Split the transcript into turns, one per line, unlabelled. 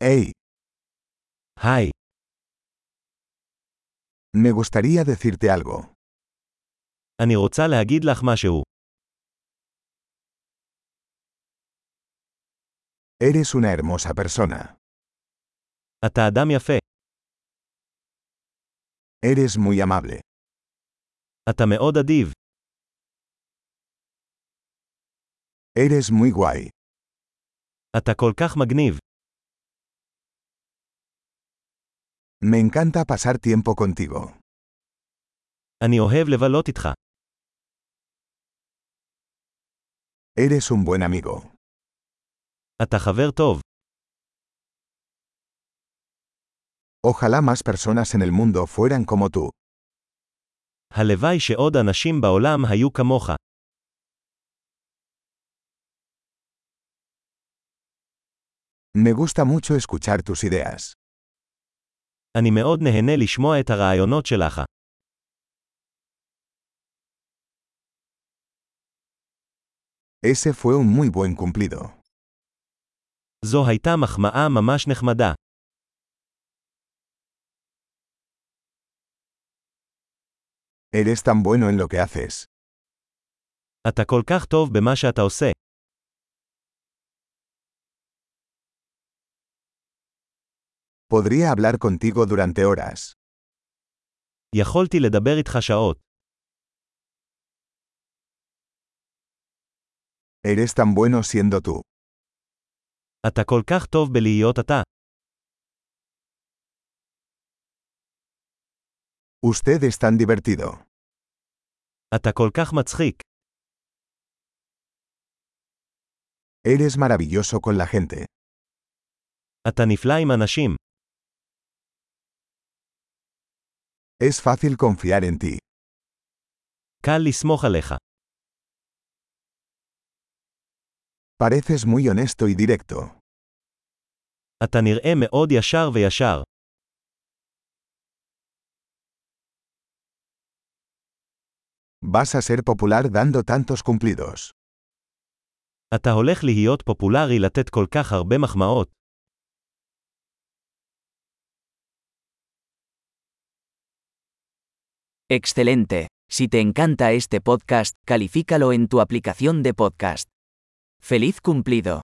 Hey,
Hi,
me gustaría decirte algo.
אני רוצה להגיד לך משהו.
Eres una hermosa persona.
אתה אדם יפה,
Eres muy amable.
אתה מאוד אדיב,
Eres muy guay.
אתה כל כך מגניב,
Me encanta pasar tiempo contigo.
אני אוהב לבלות איתך,
Eres un buen amigo.
אתה חבר טוב,
Ojalá más personas en el mundo fueran como tú.
הלוואי שעוד אנשים בעולם היו כמוך,
Me gusta mucho escuchar tus ideas.
אני מאוד נהנה לשמוע את הרעיונות שלך,
Ese fue un muy buen cumplido.
זו הייתה מחמאה ממש נחמדה,
Eres tan bueno en lo que haces.
אתה כל כך טוב במה שאתה עושה,
Podría hablar contigo durante horas.
יכולתי לדבר איתך שעות,
Eres tan bueno siendo tú.
אתה כל כך טוב בלהיות אתה,
Usted es tan divertido.
אתה כל כך מצחיק,
Eres maravilloso con la gente.
אתה נפלא עם אנשים,
Es fácil confiar en ti.
קל לסמוך עליך,
Pareces muy honesto y directo.
אתה נראה מאוד ישר וישר,
Vas a ser popular dando tantos cumplidos.
אתה הולך להיות פופולרי לתת כל כך הרבה מחמאות.
Excelente. Si te encanta este podcast, califícalo en tu aplicación de podcast. ¡Feliz cumplido!